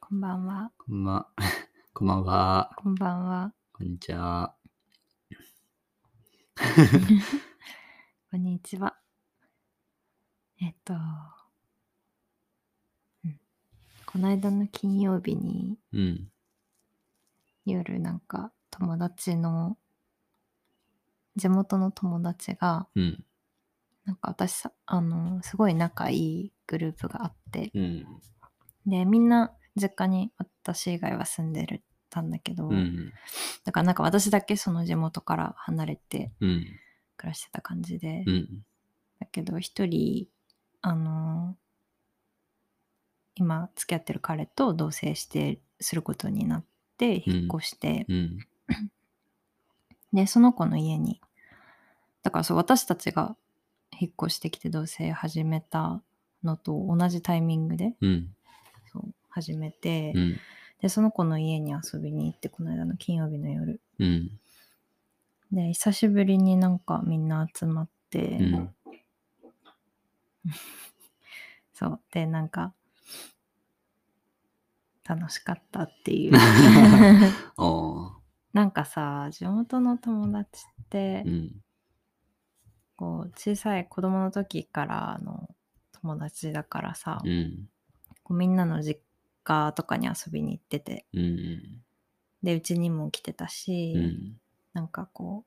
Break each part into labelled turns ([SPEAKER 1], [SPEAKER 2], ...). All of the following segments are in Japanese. [SPEAKER 1] こんばんは。
[SPEAKER 2] こんばん、 こんばんは。
[SPEAKER 1] こんばんは。
[SPEAKER 2] こんにちは。
[SPEAKER 1] こんにちは。えっと、うん。この間の金曜日に
[SPEAKER 2] うん。
[SPEAKER 1] 夜なんか友達の、地元の友達が、
[SPEAKER 2] うん。
[SPEAKER 1] なんか私さ、あの、すごい仲いいグループがあって、
[SPEAKER 2] うん。
[SPEAKER 1] で、みんな実家に私以外は住んでるたんだけど、
[SPEAKER 2] うん。
[SPEAKER 1] だからなんか私だけその地元から離れて
[SPEAKER 2] うん。
[SPEAKER 1] 暮らしてた感じで、
[SPEAKER 2] うん。
[SPEAKER 1] だけど一人あの今付き合ってる彼と同棲してすることになって
[SPEAKER 2] うん
[SPEAKER 1] 引っ越して、
[SPEAKER 2] うん。
[SPEAKER 1] でその子の家にだからそう私たちが引っ越してきて同棲始めたのと同じタイミングで
[SPEAKER 2] うん。
[SPEAKER 1] そう始めて、
[SPEAKER 2] うん。
[SPEAKER 1] でその子の家に遊びに行ってこの間の金曜日の夜
[SPEAKER 2] うん。
[SPEAKER 1] で久しぶりになんかみんな集まって、
[SPEAKER 2] うん。
[SPEAKER 1] そうでなんか楽しかったって いう
[SPEAKER 2] おー。
[SPEAKER 1] なんかさ地元の友達って、
[SPEAKER 2] うん。
[SPEAKER 1] こう小さい子供の時からの友達だからさ、
[SPEAKER 2] うん。
[SPEAKER 1] こうみんなの実家とかに遊びに行ってて
[SPEAKER 2] うん。
[SPEAKER 1] でうちにも来てたし、
[SPEAKER 2] うん。
[SPEAKER 1] なんかこ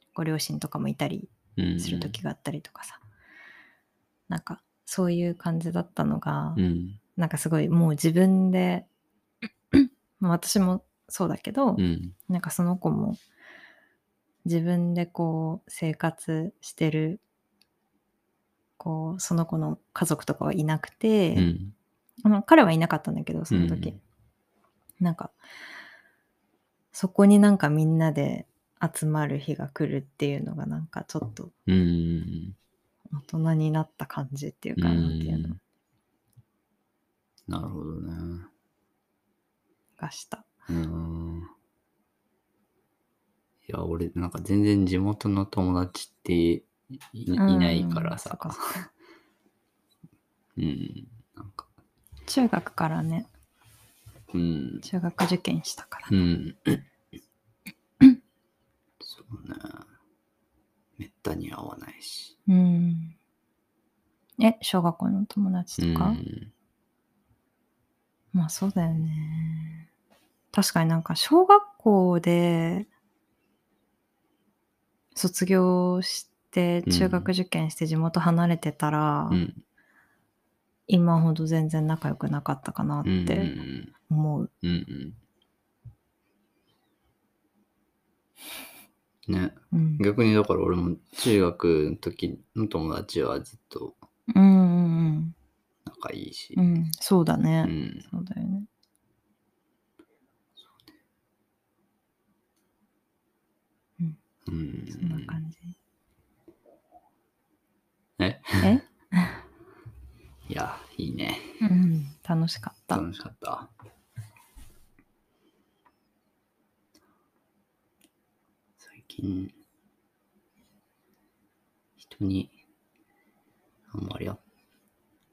[SPEAKER 1] うご両親とかもいたり
[SPEAKER 2] うん。
[SPEAKER 1] する時があったりとかさ、なんかそういう感じだったのが、
[SPEAKER 2] うん。
[SPEAKER 1] なんかすごいもう自分でまあ私もそうだけど、
[SPEAKER 2] うん。
[SPEAKER 1] なんかその子も自分でこう生活してるこうその子の家族とかはいなくて、
[SPEAKER 2] うん。
[SPEAKER 1] まあ彼はいなかったんだけどその時、なんかそこになんかみんなで集まる日が来るっていうのがなんかちょっと
[SPEAKER 2] うん。
[SPEAKER 1] 大人になった感じっていうかなんていうの
[SPEAKER 2] なるほどね。
[SPEAKER 1] がした。
[SPEAKER 2] うん。いや、俺、なんか全然地元の友達っていいいないから
[SPEAKER 1] うん
[SPEAKER 2] さ。
[SPEAKER 1] そっかそっか
[SPEAKER 2] うん。なんか、
[SPEAKER 1] 中学からね
[SPEAKER 2] うん。
[SPEAKER 1] 中学受験したから
[SPEAKER 2] う、ん。そうね。めったに会わないし。
[SPEAKER 1] うん。え、小学校の友達とか、
[SPEAKER 2] うん。
[SPEAKER 1] まあそうだよね。確かになんか小学校で卒業して
[SPEAKER 2] うん
[SPEAKER 1] 中学受験して地元離れてたら、
[SPEAKER 2] うん。
[SPEAKER 1] 今ほど全然仲良くなかったかなっ
[SPEAKER 2] うん。うん
[SPEAKER 1] て思う。
[SPEAKER 2] うん。うんね。
[SPEAKER 1] うん。
[SPEAKER 2] 逆にだから俺も中学の時の友達はずっと
[SPEAKER 1] うんうん
[SPEAKER 2] 仲いいし
[SPEAKER 1] うん。う。ん、そうだ
[SPEAKER 2] う
[SPEAKER 1] ね。
[SPEAKER 2] ん。
[SPEAKER 1] そうだよね。
[SPEAKER 2] うん。
[SPEAKER 1] そんな感じ。
[SPEAKER 2] え
[SPEAKER 1] え、
[SPEAKER 2] いや、いいね。
[SPEAKER 1] うん、楽しかった。
[SPEAKER 2] 楽しかった。最近、人に、あんまりあ、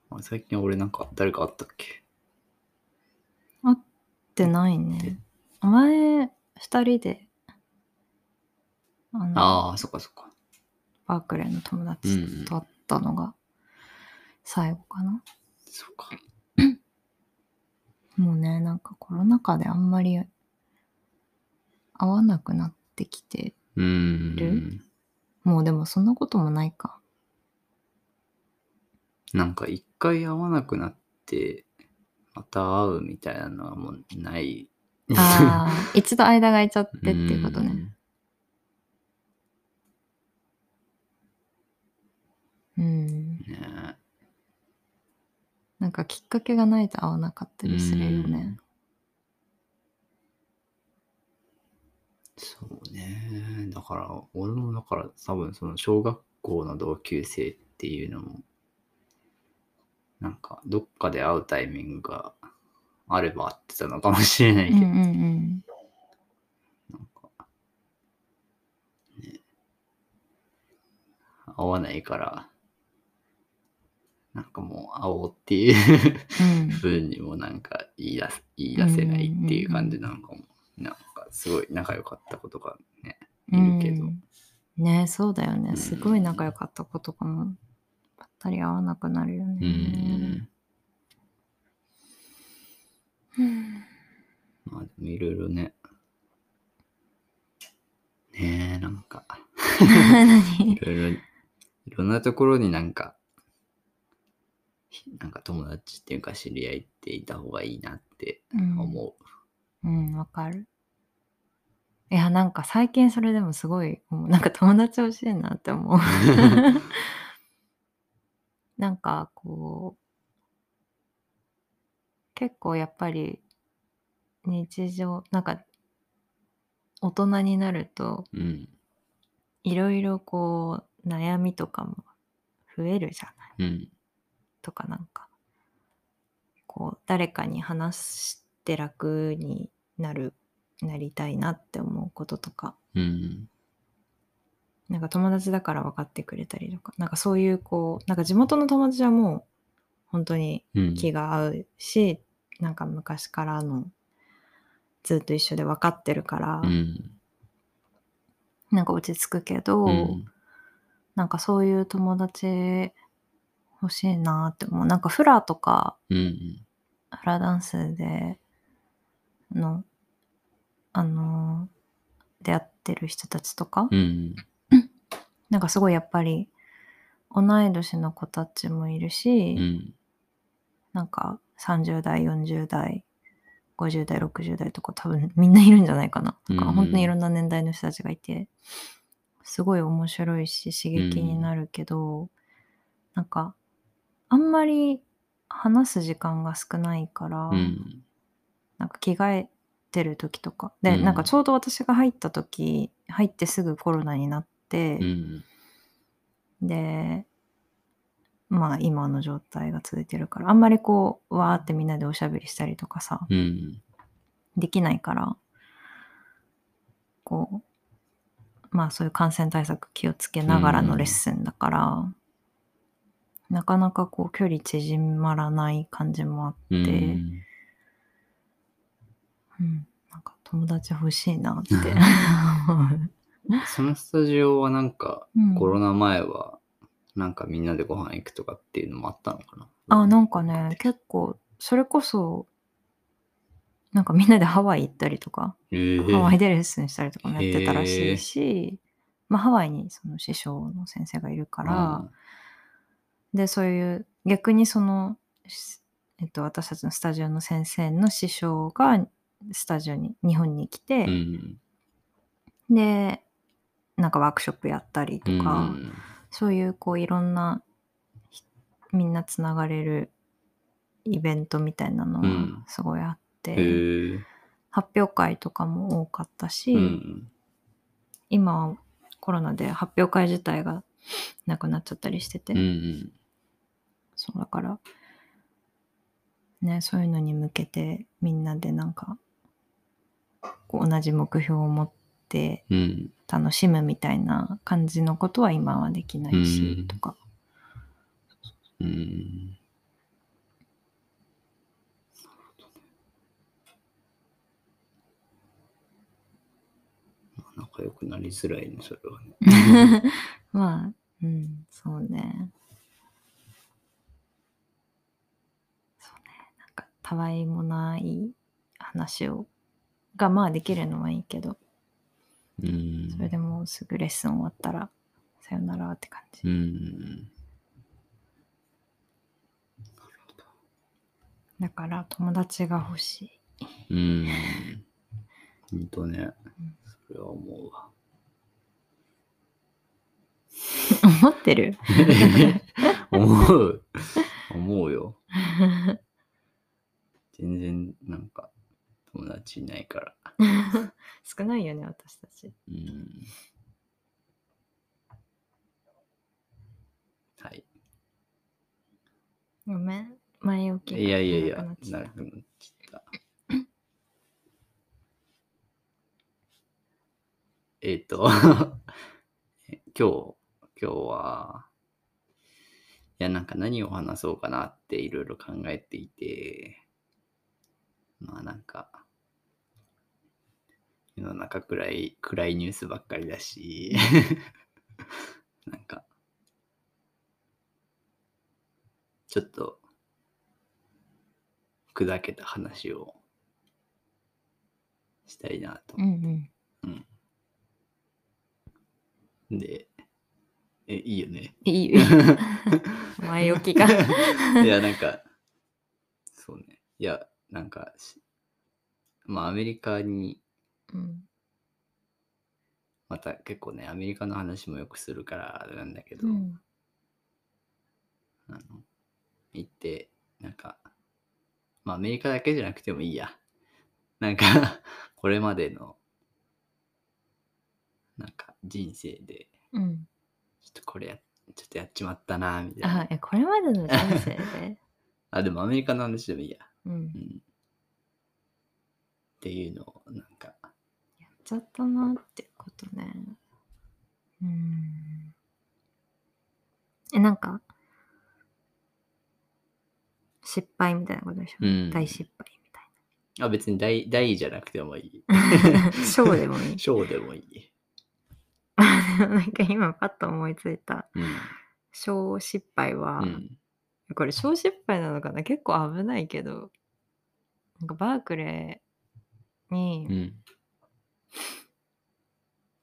[SPEAKER 2] あ最近俺なんか誰かあったっけ
[SPEAKER 1] 会ってないね。前、二人で、あの、
[SPEAKER 2] ああ、そっかそっか。
[SPEAKER 1] バークレーの友
[SPEAKER 2] うんうん
[SPEAKER 1] 達と会ったのが最後かな。
[SPEAKER 2] そっか。
[SPEAKER 1] もうね、なんかコロナ禍であんまり会わなくなってきて、
[SPEAKER 2] うーん
[SPEAKER 1] る。もうでもそんなこともない か。
[SPEAKER 2] なんか一回会わなくなって、また会うみたいなのはもうない。
[SPEAKER 1] ああ、一度間が空いちゃって っていうこと
[SPEAKER 2] う
[SPEAKER 1] ね。
[SPEAKER 2] ん。
[SPEAKER 1] うん。
[SPEAKER 2] ね
[SPEAKER 1] なんかきっかけがないと会わなかったりするよ
[SPEAKER 2] う
[SPEAKER 1] ね
[SPEAKER 2] ん。そうね。だから、俺もだから多分その小学校の同級生っていうのも、なんかどっかで会うタイミングがあれば会ってたのかもしれないう
[SPEAKER 1] ん
[SPEAKER 2] け
[SPEAKER 1] う
[SPEAKER 2] ど、
[SPEAKER 1] んうん。
[SPEAKER 2] なんか、ね。会わないから、なんかもう会おうっていう
[SPEAKER 1] うん
[SPEAKER 2] 分にもなんか言い出す言い出せないっていう感じなのかも。なんかすごい仲良かったことがね、いるけど。
[SPEAKER 1] うんねそうだよ
[SPEAKER 2] う
[SPEAKER 1] ね
[SPEAKER 2] ん
[SPEAKER 1] すごい仲良かった子とかもぱったり合わなくなるよ
[SPEAKER 2] う
[SPEAKER 1] ね
[SPEAKER 2] ん。
[SPEAKER 1] うん
[SPEAKER 2] まあでもいろいろね。ねえ、なんか、い
[SPEAKER 1] 何
[SPEAKER 2] ろいろ、いろんなところになんか、ひなんか友達っていうか知り合いっていた方がいいなって思う。
[SPEAKER 1] うんわかるいやなんか最近それでもすごいもうなんか友達欲しいなって 思うなんかこう結構やっぱり日常なんか大人になると
[SPEAKER 2] うん。
[SPEAKER 1] いろいろこう悩みとかも増えるじゃない
[SPEAKER 2] うん。
[SPEAKER 1] とかなんかこう誰かに話して楽になるなりたいなって思うこととか
[SPEAKER 2] うん。
[SPEAKER 1] なんか友達だから分かってくれたりとかなんかそういうこうなんか地元の友達はもう本当に
[SPEAKER 2] うん。
[SPEAKER 1] 気が合うし、なんか昔からのずっと一緒で分かってるから、
[SPEAKER 2] うん。
[SPEAKER 1] なんか落ち着くけど、
[SPEAKER 2] うん
[SPEAKER 1] なんかそういう友達欲しいなって思うなんかフラとか
[SPEAKER 2] うん。
[SPEAKER 1] フラダンスでのあのー出会ってる人たちとか、
[SPEAKER 2] うん。
[SPEAKER 1] なんかすごいやっぱり同い年の子たちもいるし、
[SPEAKER 2] うん。
[SPEAKER 1] なんか30代40代50代60代とか多分 みんないるんじゃないかなだから
[SPEAKER 2] うん
[SPEAKER 1] 本当にいろんな年代の人たちがいてすごい面白いし刺激になるけど、なんかあんまり話す時間が少ないから、
[SPEAKER 2] うん。
[SPEAKER 1] なんか着替えてる時とかで、
[SPEAKER 2] うん
[SPEAKER 1] なんかちょうど私が入った時入ってすぐコロナになって
[SPEAKER 2] う、ん。
[SPEAKER 1] でまあ今の状態が続いてるからあんまりこうわーってみんなでおしゃべりしたりとかさ
[SPEAKER 2] うん。
[SPEAKER 1] できないからこうまあそういう感染対策気をつけながらのレッスンだから、なかなかこう距離縮まらない感じもあって、
[SPEAKER 2] うん
[SPEAKER 1] うん、なんか友達欲しいな って
[SPEAKER 2] そのスタジオはなんか、
[SPEAKER 1] うん
[SPEAKER 2] コロナ前は、なんかみんなでご飯行くとかっていうのもあったのかな。
[SPEAKER 1] あなんかね結構それこそなんかみんなでハワイ行ったりとか、
[SPEAKER 2] えー
[SPEAKER 1] ハワイでレッスンしたりとかもやってたらしいし、まあ、ハワイにその師匠の先生がいるから、でそういう逆にその、しえっと、私たちのスタジオの先生の師匠がスタジオに日本に来て
[SPEAKER 2] う、ん。
[SPEAKER 1] でなんかワークショップやったりとか。
[SPEAKER 2] うん
[SPEAKER 1] そういうこういろんなひみんなつながれるイベントみたいなの
[SPEAKER 2] う
[SPEAKER 1] が
[SPEAKER 2] ん
[SPEAKER 1] すごいあって、
[SPEAKER 2] へー
[SPEAKER 1] 発表会とかも多かったし、
[SPEAKER 2] うん
[SPEAKER 1] 今はコロナで発表会自体がなくなっちゃったりしてて、
[SPEAKER 2] うんうん
[SPEAKER 1] そうだから、ね、そういうのに向けてみんなでなんかこう同じ目標を持って
[SPEAKER 2] うん
[SPEAKER 1] 楽しむみたいな感じのことは今はできないし、
[SPEAKER 2] うん
[SPEAKER 1] とか
[SPEAKER 2] うんまあ仲良くなりづらいね、それはね。
[SPEAKER 1] まあ、うん、そうね。そうね。なんか、たわいもない話を、がまあできるのはいいけど、
[SPEAKER 2] うん
[SPEAKER 1] それでもうすぐレッスン終わったら、さよならって感じ。
[SPEAKER 2] うん。
[SPEAKER 1] だから、友達が欲し い。
[SPEAKER 2] うん。ほんとね。それは思うわ。
[SPEAKER 1] 思ってる
[SPEAKER 2] 思う。思うよ。全然、なんか、友達いないから。
[SPEAKER 1] 少ないよね、私たち。
[SPEAKER 2] うん。はい。
[SPEAKER 1] ごめん。前置きが
[SPEAKER 2] いやいやいや
[SPEAKER 1] 長くなっ、ちゃっ
[SPEAKER 2] な
[SPEAKER 1] た
[SPEAKER 2] くなっちゃった。え っと、今日、今日は、や、なんか何を話そうかなっていろいろ考えていて、まあなんか、世の中暗い、暗いニュースばっかりだし、 なんか、ちょっと、砕けた話をしたいなと。
[SPEAKER 1] うんうん。
[SPEAKER 2] で、え、いいよね。
[SPEAKER 1] い いよ。前置きが。
[SPEAKER 2] いや、なんか、そうね。いや、なんかし、まあ、アメリカに、
[SPEAKER 1] うん。
[SPEAKER 2] また結構ね、アメリカの話もよくするからあれなんだけど、
[SPEAKER 1] うん。
[SPEAKER 2] あの行って、なんか、まあ、アメリカだけじゃなくてもいいや。なんか、 これまでの、なんか、人生で、
[SPEAKER 1] うん。
[SPEAKER 2] ちょっとこれや、ちょっとやっちまったな、みたいな。
[SPEAKER 1] あ、え、これまでの人生で。
[SPEAKER 2] あ、でもアメリカの話でもいいや。
[SPEAKER 1] う。
[SPEAKER 2] うんん。っていうのを、なんか、
[SPEAKER 1] やっちゃったなってことね。うん。え、なんか、失敗みたいなことでしょ、
[SPEAKER 2] うん
[SPEAKER 1] 大失敗みた
[SPEAKER 2] あ、別に大、大じゃなくても いい。
[SPEAKER 1] い な。小でもいい。
[SPEAKER 2] 小でもいい。
[SPEAKER 1] なんか今パッと思いついた
[SPEAKER 2] うん。
[SPEAKER 1] 小失敗は、
[SPEAKER 2] うん。
[SPEAKER 1] これ小失敗なのかな結構危ないけどなんかバークレーに、
[SPEAKER 2] うん。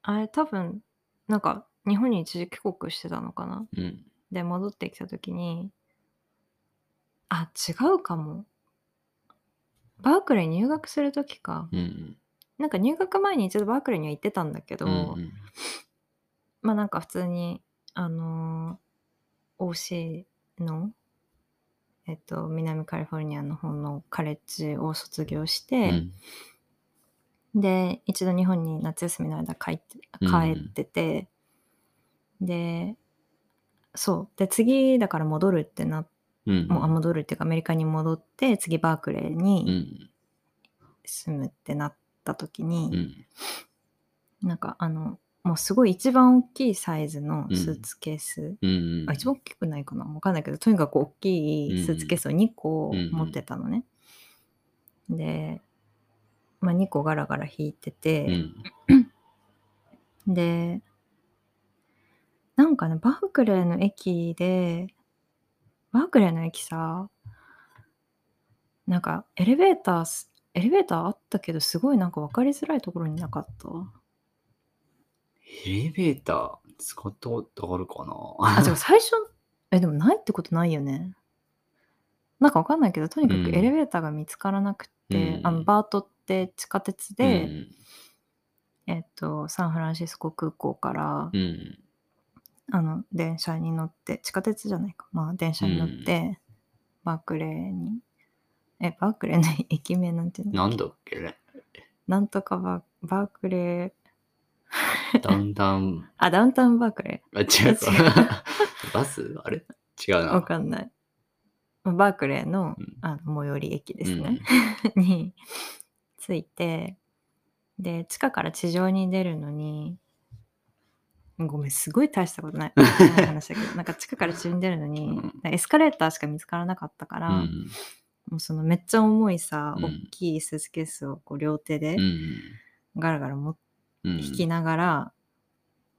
[SPEAKER 1] あれ多分なんか日本に一時帰国してたのかな
[SPEAKER 2] うん。
[SPEAKER 1] で戻ってきた時にあ違うかもバークレー入学する時か
[SPEAKER 2] うん。
[SPEAKER 1] なんか入学前に一度バークレーには行ってたんだけど、
[SPEAKER 2] うん。
[SPEAKER 1] まあなんか普通にあのー OC のえっと南カリフォルニアの方のカレッジを卒業し
[SPEAKER 2] う
[SPEAKER 1] て、
[SPEAKER 2] ん。
[SPEAKER 1] で一度日本に夏休みの間帰って
[SPEAKER 2] うん
[SPEAKER 1] 帰ってて、でそうで次だから戻るってな
[SPEAKER 2] うん。
[SPEAKER 1] もうあ戻るっていうかアメリカに戻って次バークレー
[SPEAKER 2] う
[SPEAKER 1] に
[SPEAKER 2] ん。
[SPEAKER 1] 住むってなった時に、
[SPEAKER 2] うん。
[SPEAKER 1] なんかあのもうすごい一番大きいサイズのスーツケース、
[SPEAKER 2] うん。
[SPEAKER 1] あ一番大きくないかなわかんないけどとにかく大きいスーツケースを2個
[SPEAKER 2] うんうん
[SPEAKER 1] 持ってたのね。で、まあ、2個ガラガラ引いて
[SPEAKER 2] う
[SPEAKER 1] て、
[SPEAKER 2] ん。
[SPEAKER 1] でなんかねバークレーの駅でバークレーの駅さなんかエレベーターすエレベーターあったけどすごいなんか分かりづらいところになかった
[SPEAKER 2] エレベーター使ったことあるか
[SPEAKER 1] あ、
[SPEAKER 2] な
[SPEAKER 1] 違う、最初、え、でもないってことないよね。なんかわかんないけど、とにか
[SPEAKER 2] うん
[SPEAKER 1] くエレベーターが見つからなくて、
[SPEAKER 2] うん
[SPEAKER 1] あのバートって地下鉄
[SPEAKER 2] う
[SPEAKER 1] で、
[SPEAKER 2] ん。
[SPEAKER 1] えっと、サンフランシスコ空港から、
[SPEAKER 2] うん。
[SPEAKER 1] あの、電車に乗って、地下鉄じゃないか、まあ、電車に乗って、バークレーに、え、バークレーの駅名なんていうの
[SPEAKER 2] なんだっけね
[SPEAKER 1] なんとかバーバークレー、
[SPEAKER 2] だんだん、
[SPEAKER 1] あ、ダウンタウンバークレ
[SPEAKER 2] あ、違
[SPEAKER 1] 違
[SPEAKER 2] う
[SPEAKER 1] う
[SPEAKER 2] か。バスあれ違う
[SPEAKER 1] ー。
[SPEAKER 2] な。
[SPEAKER 1] わかんない。バークレーの
[SPEAKER 2] うん
[SPEAKER 1] あの最寄り駅ですね。
[SPEAKER 2] うん
[SPEAKER 1] についてで地下から地上に出るのにごめんすごい大したこと ないない話だけどなんか地下から地上に出るのに、
[SPEAKER 2] うん
[SPEAKER 1] なんかエスカレーターしか見つからなかったから、
[SPEAKER 2] うん。
[SPEAKER 1] もうそのめっちゃ重いさ、
[SPEAKER 2] うん
[SPEAKER 1] 大きいスーツケースをこう両手で
[SPEAKER 2] うん。
[SPEAKER 1] ガラガラも
[SPEAKER 2] うん。
[SPEAKER 1] 引きながら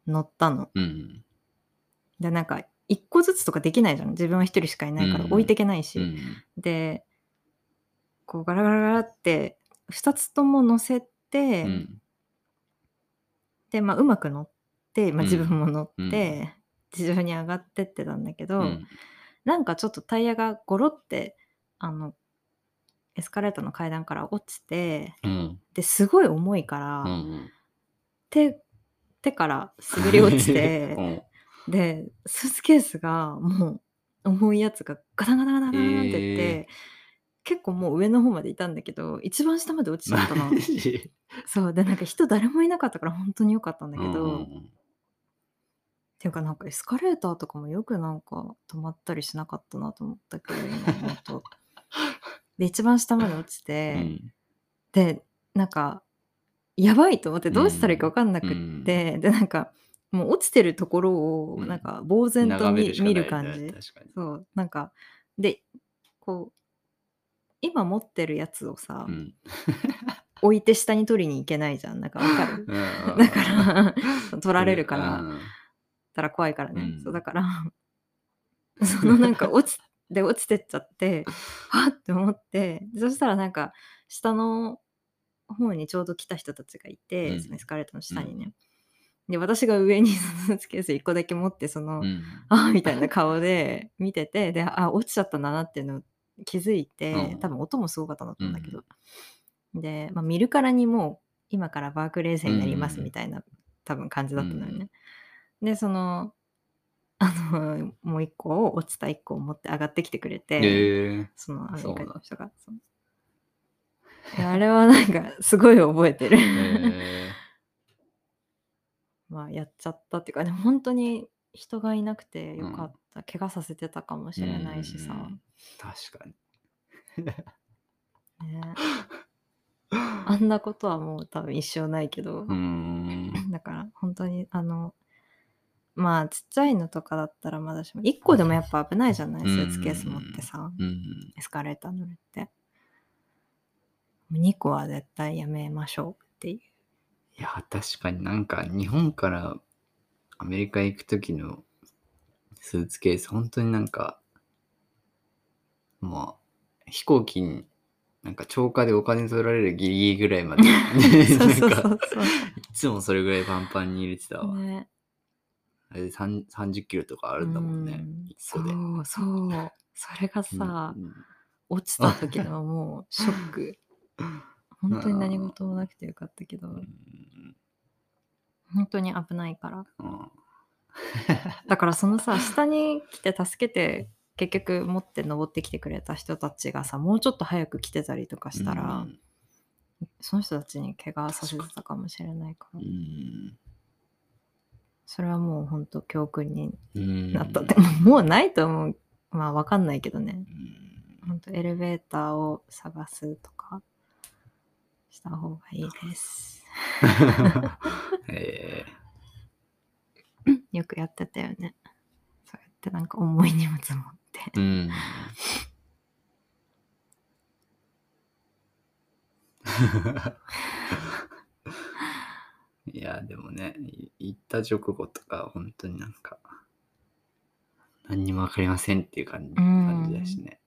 [SPEAKER 1] 乗ったの。
[SPEAKER 2] うん。
[SPEAKER 1] でなんか一個ずつとかできないじゃん自分は一人しかいないから
[SPEAKER 2] うん
[SPEAKER 1] 置いてけないし、
[SPEAKER 2] うん。
[SPEAKER 1] でこうガラガラガラって2つとも乗せて、
[SPEAKER 2] うん。
[SPEAKER 1] で、まあ、うまく乗って、まあ、
[SPEAKER 2] うん
[SPEAKER 1] 自分も乗って、
[SPEAKER 2] う
[SPEAKER 1] 地上に上がってってたんだけ
[SPEAKER 2] う
[SPEAKER 1] ど、
[SPEAKER 2] ん。
[SPEAKER 1] なんかちょっとタイヤがゴロってあのエスカレーターの階段から落ちて
[SPEAKER 2] うん。
[SPEAKER 1] ですごい重いから、
[SPEAKER 2] うん。
[SPEAKER 1] 手手から滑り落ち
[SPEAKER 2] う
[SPEAKER 1] て
[SPEAKER 2] ん
[SPEAKER 1] でスーツケースがもう重いやつがガタンガタンガタンガタンっていって、
[SPEAKER 2] へ
[SPEAKER 1] 結構もう上の方までいたんだけど一番下まで落ちちゃった の
[SPEAKER 2] マ。ジ
[SPEAKER 1] そうでなんか人誰もいなかったから本当に良かったんだ
[SPEAKER 2] う
[SPEAKER 1] けど。
[SPEAKER 2] ん
[SPEAKER 1] っていうかなんかエスカレーターとかもよくなんか止まったりしなかったなと思ったけど今思うとで一番下まで落ち
[SPEAKER 2] う
[SPEAKER 1] て、
[SPEAKER 2] ん。
[SPEAKER 1] でなんかやばいと思ってどうしたらいいか分かんなくって、でなんかもう落ちてるところを
[SPEAKER 2] うん
[SPEAKER 1] なんか呆然と
[SPEAKER 2] 眺め
[SPEAKER 1] 見,、
[SPEAKER 2] るしかな
[SPEAKER 1] 見
[SPEAKER 2] い
[SPEAKER 1] る感じ、
[SPEAKER 2] ね確かに。
[SPEAKER 1] そうなんかでこう今持ってるやつをさ、
[SPEAKER 2] うん。
[SPEAKER 1] 置いて下に取りに行けないじゃんなんかわか るだ
[SPEAKER 2] だ
[SPEAKER 1] から取られるから、たら怖いからね、
[SPEAKER 2] うん
[SPEAKER 1] そうだから そのなんか落ちで落ちてっちゃって はっって思ってそしたらなんか下の方にちょうど来た人たちがいて、
[SPEAKER 2] うん
[SPEAKER 1] そのエスカレーターの下にね、で私が上に そのスーツケース1個だけ持ってその、
[SPEAKER 2] うん。
[SPEAKER 1] あみたいな顔で見ててであ落ちちゃったんだなっていうのを気づいて、
[SPEAKER 2] うん
[SPEAKER 1] 多分音もすごかったんだと思うんだけど、で、まあ、見るからにもう今からバークレー生になりま
[SPEAKER 2] うん
[SPEAKER 1] す
[SPEAKER 2] うんうん
[SPEAKER 1] みたいな、多分感じだったのよね。でその あのもう一個を落ちた一個を持って上がってきてくれて、
[SPEAKER 2] ええ。
[SPEAKER 1] そのアメリ
[SPEAKER 2] そう
[SPEAKER 1] カ
[SPEAKER 2] なん
[SPEAKER 1] の人が。そういやあれはなんかすごい覚えてる。
[SPEAKER 2] え
[SPEAKER 1] まあやっちゃったっていうかでも本当に人がいなくてよかった、怪我させてたかもしれないしさ、
[SPEAKER 2] うん確かに。
[SPEAKER 1] ね、あんなことはもう多分一生ないけど
[SPEAKER 2] う、ー ん。
[SPEAKER 1] だから本当にあのまあちっちゃいのとかだったらまだしも1個でもやっぱ危ないじゃないス
[SPEAKER 2] うん
[SPEAKER 1] ーツケース持ってさ、
[SPEAKER 2] うん。
[SPEAKER 1] エスカレーター乗るって2個は絶対やめましょうっていう
[SPEAKER 2] いや、確かになんか日本からアメリカ行く時のスーツケース、本当になんか、まあ、飛行機に、なんか超過でお金取られるギリギリぐらいまで、
[SPEAKER 1] そうそうそ
[SPEAKER 2] なん
[SPEAKER 1] う
[SPEAKER 2] かいつもそれぐらいパンパンに入れてた
[SPEAKER 1] そう
[SPEAKER 2] わ。
[SPEAKER 1] ね
[SPEAKER 2] あれで3 30キロとかあるんだもんね
[SPEAKER 1] う。ん
[SPEAKER 2] 一
[SPEAKER 1] そ
[SPEAKER 2] 個で。
[SPEAKER 1] うそうそれが
[SPEAKER 2] うん
[SPEAKER 1] さ、
[SPEAKER 2] うん
[SPEAKER 1] 落ちた時のもうショッ ク本当に何事もなくてよかったけど
[SPEAKER 2] うん
[SPEAKER 1] 本当に危ないから
[SPEAKER 2] うん
[SPEAKER 1] だからそのさ 下に来て助けて結局持って登ってきてくれた人たちがさもうちょっと早く来てたりとかしたら、
[SPEAKER 2] うん
[SPEAKER 1] その人たちに怪我させてたかもしれないから
[SPEAKER 2] うん
[SPEAKER 1] それはもう本当教訓に
[SPEAKER 2] うん
[SPEAKER 1] なったって、 もうないと思うまあわかんないけどね
[SPEAKER 2] うん
[SPEAKER 1] 本当エレベーターを探すとかした方がいいです
[SPEAKER 2] え
[SPEAKER 1] よくやってたよねそうやってなんか重い荷物持って
[SPEAKER 2] えうん。いや、でもね、い行った直後とか、本当になんか、何にもわかりませんっていう感じ感じだしね。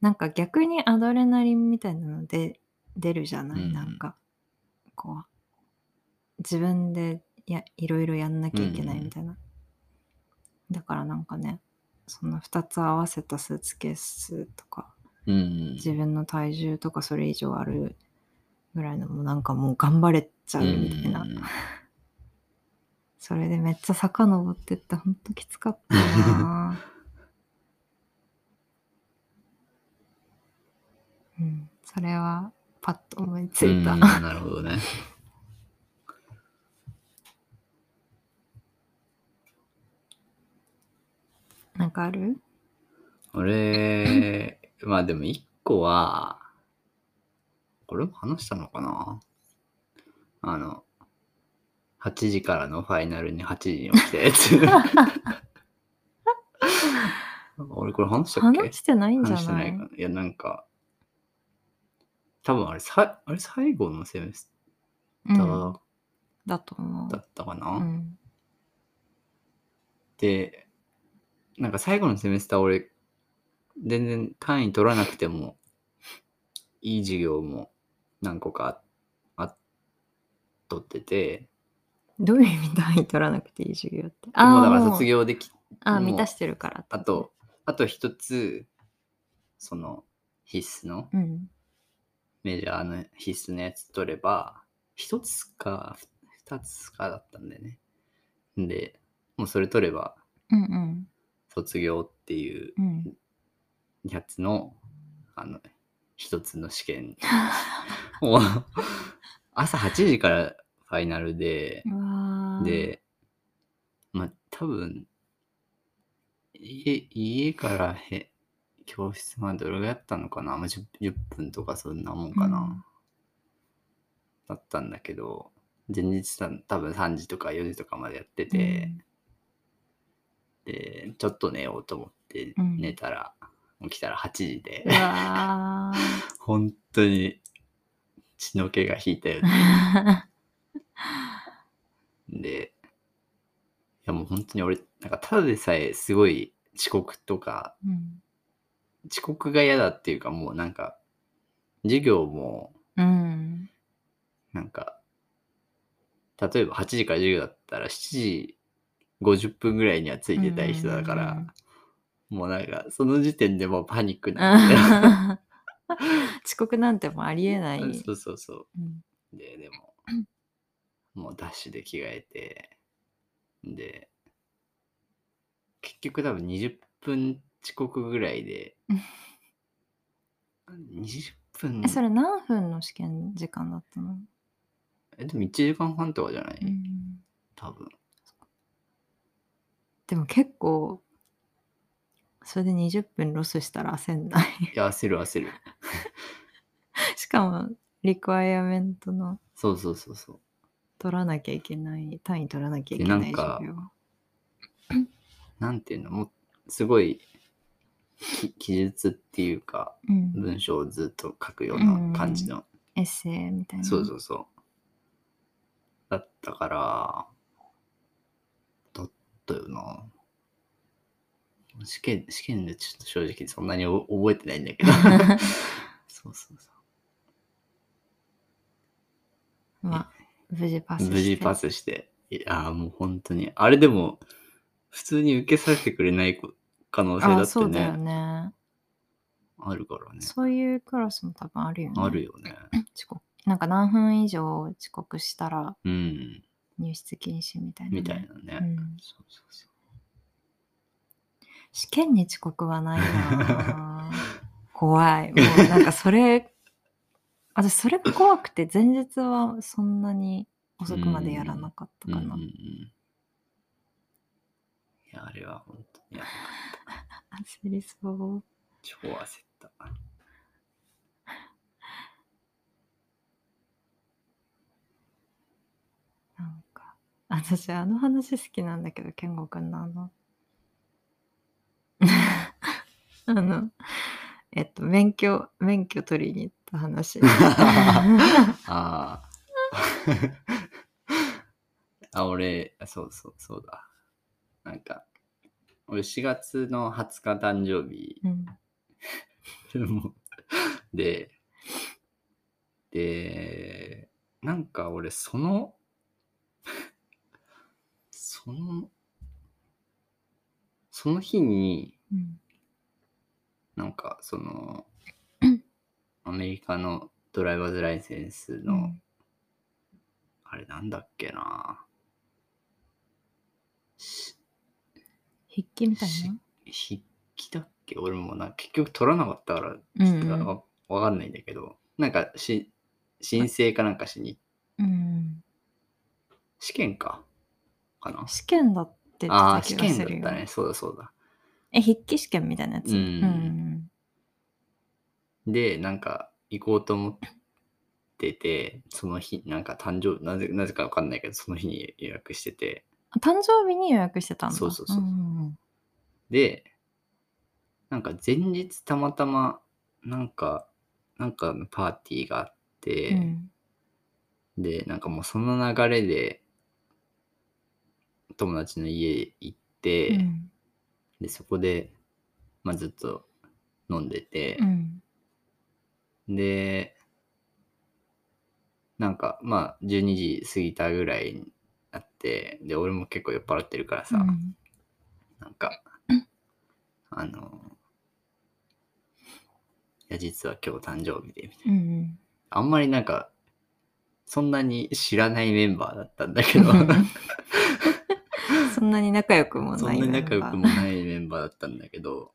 [SPEAKER 1] なんか逆にアドレナリンみたいなので出るじゃない、
[SPEAKER 2] うん
[SPEAKER 1] なんかこう自分でやいろいろやんなきゃいけないみたいな、だからなんかねその2つ合わせたスーツケースとか
[SPEAKER 2] うん。
[SPEAKER 1] 自分の体重とかそれ以上あるぐらいのもうなんかもう頑張れちゃうみたいな、
[SPEAKER 2] うん
[SPEAKER 1] それでめっちゃ坂登ってってほんときつかった なぁうん、それはパッと思いついた。
[SPEAKER 2] うんなるほどね。
[SPEAKER 1] なんかある
[SPEAKER 2] 俺、まあでも一個は、これも話したのかなあの、8時からのファイナルに8時に起きた やつ。俺これ話したっけ
[SPEAKER 1] 話してないんじゃ
[SPEAKER 2] 話して
[SPEAKER 1] な
[SPEAKER 2] ないいかな。いや、なんか、多分あれ、さあれ最後のセメスタ
[SPEAKER 1] うん
[SPEAKER 2] ー
[SPEAKER 1] だと思
[SPEAKER 2] だったかな、
[SPEAKER 1] う。うん
[SPEAKER 2] で、なんか最後のセメスター俺、全然単位取らなくても、いい授業も何個かああ取ってて、
[SPEAKER 1] どういう意味単位取らなくていい授業って。
[SPEAKER 2] もう
[SPEAKER 1] ー
[SPEAKER 2] だから
[SPEAKER 1] もう
[SPEAKER 2] 卒業でき、
[SPEAKER 1] あー
[SPEAKER 2] もう
[SPEAKER 1] 満たしてるからって
[SPEAKER 2] あと、あと一つ、その必須の、
[SPEAKER 1] うん。
[SPEAKER 2] メジャーの必須のやつ取れば、一つか二つかだったんだよね。で、もうそれ取れば、
[SPEAKER 1] うんうん
[SPEAKER 2] 卒業っていう
[SPEAKER 1] うん。
[SPEAKER 2] やつの、あの、一つの試 験。もう朝8時からファイナルで、
[SPEAKER 1] うわー、
[SPEAKER 2] で、まあ、多分、家、家からへ、教室までどれぐらいやったのかな、まあ、10, 10分とかそんなもんかな。
[SPEAKER 1] うん
[SPEAKER 2] だったんだけど、前日た多分3時とか4時とかまでやってて、で、ちょっと寝ようと思って
[SPEAKER 1] うん
[SPEAKER 2] 寝たら、起きたら8時で
[SPEAKER 1] う、わ
[SPEAKER 2] 本当に血の気が引いたよ ね。
[SPEAKER 1] ー
[SPEAKER 2] で、いやもう本当に俺、なんかただでさえすごい遅刻とか、
[SPEAKER 1] うん
[SPEAKER 2] 遅刻が嫌だっていうかもうなんか、授業も
[SPEAKER 1] うん
[SPEAKER 2] なんか、例えば8時から授業だったら7時50分ぐらいにはついてたい人だか
[SPEAKER 1] うんうん
[SPEAKER 2] ら、もうなんかその時点でもうパニックなんだよ
[SPEAKER 1] 遅刻なんてもうありえない。う
[SPEAKER 2] そうそうそう。
[SPEAKER 1] ん
[SPEAKER 2] で、でも、もうダッシュで着替えて、で、結局多分20分遅刻ぐらいで
[SPEAKER 1] うん、
[SPEAKER 2] 20分
[SPEAKER 1] え、それ何分の試験時間だったの、
[SPEAKER 2] え、でも1時間半とかじゃない、
[SPEAKER 1] うん
[SPEAKER 2] 多分。
[SPEAKER 1] でも結構、それで20分ロスしたら焦んない。
[SPEAKER 2] いや、焦る焦る。
[SPEAKER 1] しかも、リクワイアメントの
[SPEAKER 2] そうそうそうそう。
[SPEAKER 1] 取らなきゃいけない、単位取らなきゃいけない
[SPEAKER 2] でなんか
[SPEAKER 1] 授業
[SPEAKER 2] なんていうの、もうすごい、き記述っていうか、
[SPEAKER 1] うん、
[SPEAKER 2] 文章をずっと書くような感じの
[SPEAKER 1] エッセイみたいな。
[SPEAKER 2] そうそうそう。だったから、だったよな。試験、試験でちょっと正直そんなにお覚えてないん だけど。そうそうそ
[SPEAKER 1] まあ、無事パス
[SPEAKER 2] う。
[SPEAKER 1] して。
[SPEAKER 2] 無事パスして。いやーもう本当に。あれでも、普通に受けさせてくれないこ可能性だ
[SPEAKER 1] あ、
[SPEAKER 2] って
[SPEAKER 1] そうだよ
[SPEAKER 2] ね。
[SPEAKER 1] ね。
[SPEAKER 2] あるからね。
[SPEAKER 1] そういうクラスも多分あるよね。
[SPEAKER 2] あるよね。
[SPEAKER 1] 遅刻。なんか何分以上遅刻したら
[SPEAKER 2] うん。
[SPEAKER 1] 入室禁止みたいなね、
[SPEAKER 2] みたいな
[SPEAKER 1] う
[SPEAKER 2] ね。
[SPEAKER 1] ん
[SPEAKER 2] そうそうそう。
[SPEAKER 1] 試験に遅刻はないなぁ 怖いもうなんかそれ私それが怖くて前日はそんなに遅くまでやらなかったか
[SPEAKER 2] うんうん
[SPEAKER 1] な、
[SPEAKER 2] うん。いや、あれは本当に。いや
[SPEAKER 1] 焦りそう
[SPEAKER 2] 超焦った。
[SPEAKER 1] なんか私あの話好きなんだけど健吾くんのあ のあのえっと免許免許取りに行った 話
[SPEAKER 2] あ あ。あ、俺、そうそう、そうだ。なんか、俺4月の20日誕生日
[SPEAKER 1] うん
[SPEAKER 2] もで、で、なんか俺、その、その、その日に、
[SPEAKER 1] うん
[SPEAKER 2] なんか、その、アメリカのドライバーズライセンスの、あれなんだっけなし
[SPEAKER 1] 筆記みたいな
[SPEAKER 2] 筆記だっけ俺もな結局取らなかったから
[SPEAKER 1] う
[SPEAKER 2] ち
[SPEAKER 1] んう
[SPEAKER 2] ょっ
[SPEAKER 1] ん
[SPEAKER 2] とわ,、かんないんだけどなんかし申請かなんかしに
[SPEAKER 1] うん
[SPEAKER 2] 試験かかな
[SPEAKER 1] 試験だって言って
[SPEAKER 2] ああ
[SPEAKER 1] た
[SPEAKER 2] ー試
[SPEAKER 1] 気が
[SPEAKER 2] 験
[SPEAKER 1] す
[SPEAKER 2] だ
[SPEAKER 1] るよ。
[SPEAKER 2] ったねそうだそうだ
[SPEAKER 1] え、筆記試験みたいなやつ。
[SPEAKER 2] うん
[SPEAKER 1] ん
[SPEAKER 2] でなんか行こうと思っててその日なんか誕生日なぜなぜかわかんないけどその日に予約してて
[SPEAKER 1] あ誕生日に予約してたんだ。
[SPEAKER 2] そうそうそうん
[SPEAKER 1] ん
[SPEAKER 2] で、なんか前日たまたま、なんか、なんかのパーティーがあって、
[SPEAKER 1] うん
[SPEAKER 2] で、なんかもうその流れで、友達の家行って、
[SPEAKER 1] うん
[SPEAKER 2] で、そこで、まあずっと飲んでて
[SPEAKER 1] う、ん
[SPEAKER 2] で、なんかまあ12時過ぎたぐらいになって、で、俺も結構酔っ払ってるからさ、
[SPEAKER 1] うん
[SPEAKER 2] なんか、あの、いや、実は今日誕生日で、みたいな。
[SPEAKER 1] うん
[SPEAKER 2] あんまりなんか、そんなに知らないメンバーだったんだけ
[SPEAKER 1] う
[SPEAKER 2] ど、
[SPEAKER 1] んそんなに仲良くも
[SPEAKER 2] そ
[SPEAKER 1] なんい
[SPEAKER 2] なに
[SPEAKER 1] メンバー。
[SPEAKER 2] 仲良くもないメンバーだったんだけど、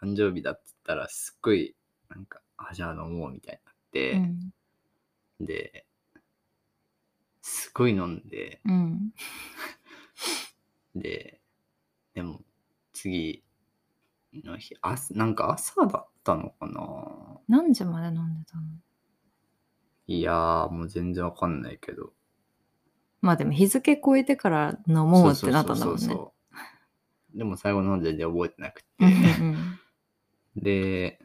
[SPEAKER 2] 誕生日だったらすっごい、なんか、あ、じゃあ飲もうみたいになって、
[SPEAKER 1] ん
[SPEAKER 2] で、すごい飲んで、
[SPEAKER 1] うん
[SPEAKER 2] で、でも、次の日、あなんか朝だったのかな
[SPEAKER 1] 何時まで飲んでたの
[SPEAKER 2] いやー、もう全然わかんないけど。
[SPEAKER 1] まあでも日付超えてから飲もうってなったんだもん
[SPEAKER 2] そうそう
[SPEAKER 1] ね
[SPEAKER 2] そう。そうでも最後飲んでて覚えてなく
[SPEAKER 1] うんうん
[SPEAKER 2] て。
[SPEAKER 1] うん
[SPEAKER 2] で、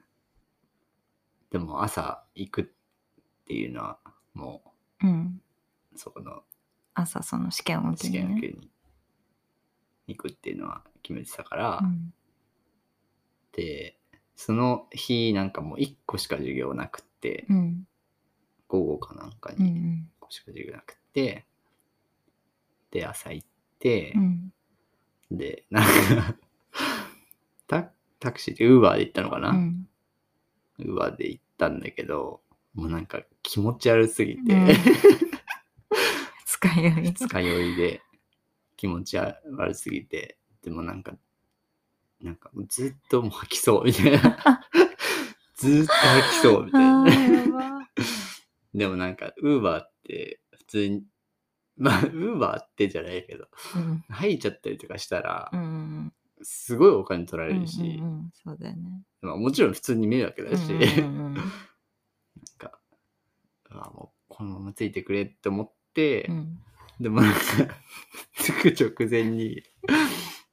[SPEAKER 2] でも朝行くっていうのは、も
[SPEAKER 1] うん
[SPEAKER 2] う、そこの
[SPEAKER 1] 朝その試験を受け
[SPEAKER 2] 試
[SPEAKER 1] に
[SPEAKER 2] 験
[SPEAKER 1] ね
[SPEAKER 2] 受けに行くっていうのは決めてたから、
[SPEAKER 1] うん
[SPEAKER 2] で、その日なんかもう1個しか授業なくって、
[SPEAKER 1] うん
[SPEAKER 2] 午後かなんか
[SPEAKER 1] うんう
[SPEAKER 2] に1
[SPEAKER 1] ん
[SPEAKER 2] 個しか授業なくって、で、朝行って
[SPEAKER 1] う、ん
[SPEAKER 2] で、なんかタ、タクシーで、ウーバーで行ったのかな、
[SPEAKER 1] うん
[SPEAKER 2] ウーバーで行ったんだけど、もうなんか気持ち悪すぎて、
[SPEAKER 1] うん 使いよい
[SPEAKER 2] 二日酔いで気持ち悪すぎて、でもなんか、なんかずっともう吐きそうみたい な。ずーっと吐きそうみたい
[SPEAKER 1] あ
[SPEAKER 2] な。
[SPEAKER 1] ーやば
[SPEAKER 2] でもなんか、ウーバーって普通に、まあ、ウーバーってじゃないけど、
[SPEAKER 1] うん
[SPEAKER 2] 吐いちゃったりとかしたら
[SPEAKER 1] う、ん
[SPEAKER 2] すごいお金取ら
[SPEAKER 1] う
[SPEAKER 2] れ
[SPEAKER 1] ん
[SPEAKER 2] るし、
[SPEAKER 1] うんうんそうだよね
[SPEAKER 2] まあもちろん普通に迷惑だし、
[SPEAKER 1] うんうんうんうん
[SPEAKER 2] か、うわもうこのままついてくれって思って、
[SPEAKER 1] うん
[SPEAKER 2] でもなんか、 着く直前に、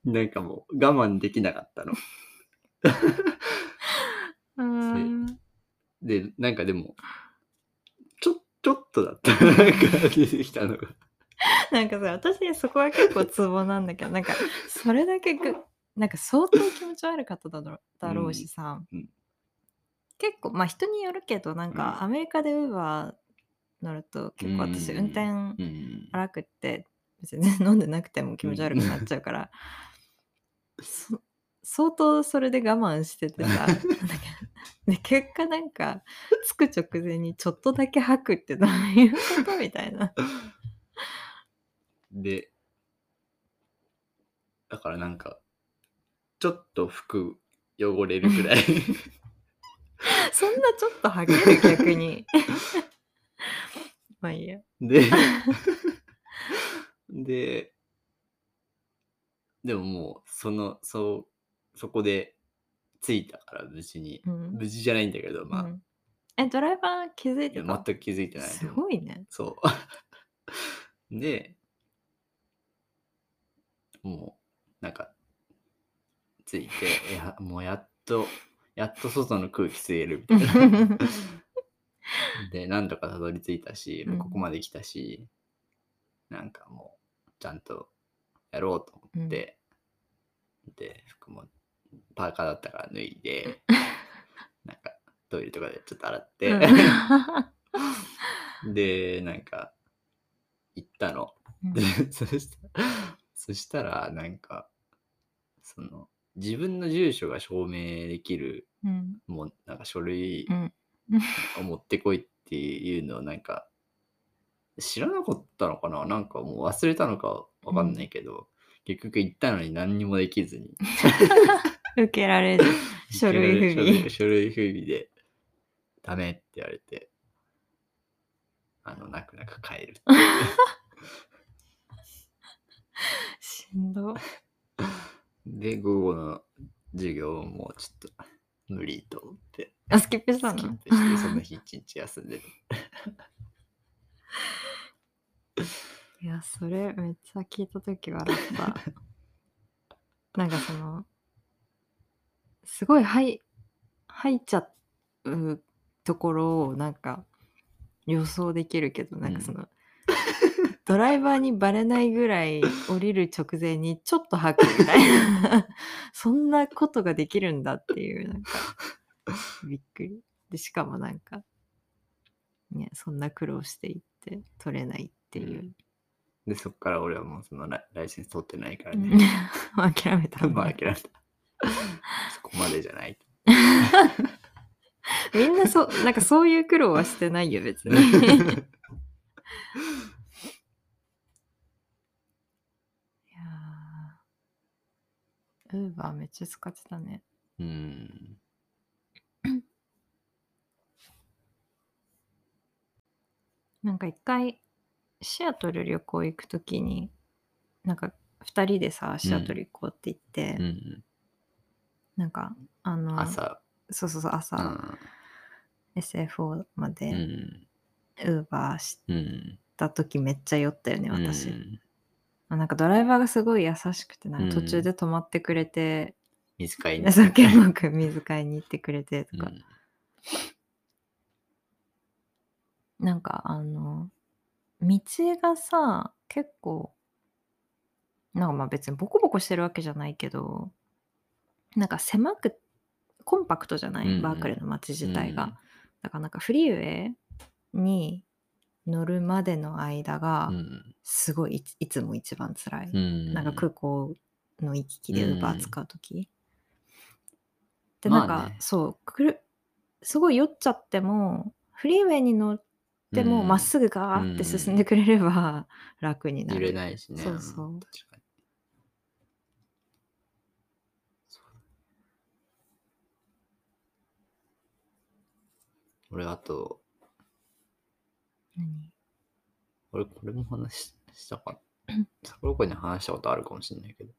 [SPEAKER 2] なんかもう我慢できなかったの。
[SPEAKER 1] うん
[SPEAKER 2] で、なんかでも、ちょ、ちょっとだった。 なんか出てきたのが。
[SPEAKER 1] なんかさ私そこは結構ツボなんだけどなんかそれだけ ぐなんか相当気持ち悪かっただろだろうしさ、
[SPEAKER 2] うんうん
[SPEAKER 1] 結構まあ人によるけどなん
[SPEAKER 2] う
[SPEAKER 1] か
[SPEAKER 2] ん
[SPEAKER 1] アメリカでウーバー乗ると結構私
[SPEAKER 2] うん
[SPEAKER 1] 運転
[SPEAKER 2] うん。
[SPEAKER 1] 荒くって別に飲んでなくても気持ち悪くなっちゃうから、そ相当それで我慢しててさなんかで結果なんか着く直前にちょっとだけ吐くってどういうことみたいな。
[SPEAKER 2] で、だからなんか、ちょっと服汚れるぐらい。
[SPEAKER 1] そんなちょっとはける逆に。まあいいや。
[SPEAKER 2] で、 で、でももう、その、そう、そこで着いたから、無事に。
[SPEAKER 1] うん
[SPEAKER 2] 無事じゃないんだけど、まあ、
[SPEAKER 1] うんえ、ドライバー気づい
[SPEAKER 2] い
[SPEAKER 1] て
[SPEAKER 2] や全
[SPEAKER 1] た
[SPEAKER 2] く気づいてない。
[SPEAKER 1] すごい ね。
[SPEAKER 2] そう。 で、もう、なんか、着いて、いや、もうやっと、やっと外の空気吸えるみた いな。で、なんとかたどり着いたし、もうここまで来たし、なんかもう、ちゃんとやろうと思って、で、服もパーカーだったから脱い で、なんかトイレとかでちょっと洗って、 で、なんか、行ったの。
[SPEAKER 1] うん
[SPEAKER 2] で、そしたら、そしたら、なんか、その、自分の住所が証明できる、
[SPEAKER 1] うん
[SPEAKER 2] もう、なんか書類
[SPEAKER 1] うん
[SPEAKER 2] を持ってこいっていうのを、なんか、知らなかったのかななんかもう忘れたのかわかんないけど、結局行ったのに何にもできずに。
[SPEAKER 1] 受けられる。 書類不備
[SPEAKER 2] 書類書類不備で、ダメって言われて、あの、泣く泣く帰るっていう。
[SPEAKER 1] しんど。
[SPEAKER 2] で、午後の授業もちょっと無理と思って、
[SPEAKER 1] あ、スキップし
[SPEAKER 2] スキ
[SPEAKER 1] た
[SPEAKER 2] ッ
[SPEAKER 1] の
[SPEAKER 2] プして、その日一日休んで、
[SPEAKER 1] いや、それめっちゃ聞いたとき笑った。なんかその、すごいはい入っちゃうところをなんか予想できるけど、なんかその、ドライバーにバレないぐらい降りる直前にちょっと吐くみたいな、そんなことができるんだっていう、なんか、びっくり。で、しかもなんか、ね、そんな苦労していって取れないって いう。
[SPEAKER 2] で、そこから俺はもうそのラライセンス取ってないから
[SPEAKER 1] うん
[SPEAKER 2] ね、
[SPEAKER 1] 諦めたんだ
[SPEAKER 2] まあ諦めた。 そこまでじゃない。
[SPEAKER 1] みんなそなんかそういう苦労はしてないよ 別にいやウーバーめっちゃ使ってたね
[SPEAKER 2] うん。
[SPEAKER 1] なんか一回シアトル旅行行くときになんか2人でさシアトル行こうって言って、
[SPEAKER 2] うん、
[SPEAKER 1] なんかあの
[SPEAKER 2] 朝、
[SPEAKER 1] そうそうそう
[SPEAKER 2] う
[SPEAKER 1] 朝、
[SPEAKER 2] ん。
[SPEAKER 1] SFO ま
[SPEAKER 2] う
[SPEAKER 1] で
[SPEAKER 2] ん。
[SPEAKER 1] ウーバーし
[SPEAKER 2] うん。
[SPEAKER 1] た時めっちゃ酔ったよね、私。
[SPEAKER 2] うん
[SPEAKER 1] まあなんかドライバーがすごい優しくて、なんか途
[SPEAKER 2] う
[SPEAKER 1] 中
[SPEAKER 2] ん
[SPEAKER 1] で止まってくれて、
[SPEAKER 2] 水買い
[SPEAKER 1] で
[SPEAKER 2] に。
[SPEAKER 1] 酒うまく水買いに行ってくれてとか、なんかあの、道がさ、結構、なんかまあ別にボコボコしてるわけじゃないけど、なんか狭く、コンパクトじゃない、
[SPEAKER 2] うんうん
[SPEAKER 1] バークレーの街自体が。
[SPEAKER 2] うん
[SPEAKER 1] だからなんかフリーウェイに乗るまでの間が
[SPEAKER 2] う、ん
[SPEAKER 1] すごいいついつも一番辛い。
[SPEAKER 2] うん。
[SPEAKER 1] なんか空港の行き来で
[SPEAKER 2] う
[SPEAKER 1] ウ
[SPEAKER 2] ん
[SPEAKER 1] ーバー使う時、でなんか、
[SPEAKER 2] まあね
[SPEAKER 1] そうくるすごい酔っちゃってもフリーウェイに乗っても
[SPEAKER 2] うん
[SPEAKER 1] まっすぐガーって進んでくれれば楽にな
[SPEAKER 2] 揺
[SPEAKER 1] る、
[SPEAKER 2] れないしね。
[SPEAKER 1] そうそうん
[SPEAKER 2] 確かに。そう俺、あと、
[SPEAKER 1] 何
[SPEAKER 2] 俺、これも話ししたかっ
[SPEAKER 1] うん
[SPEAKER 2] た。桜子に話したことあるかもしれないけど。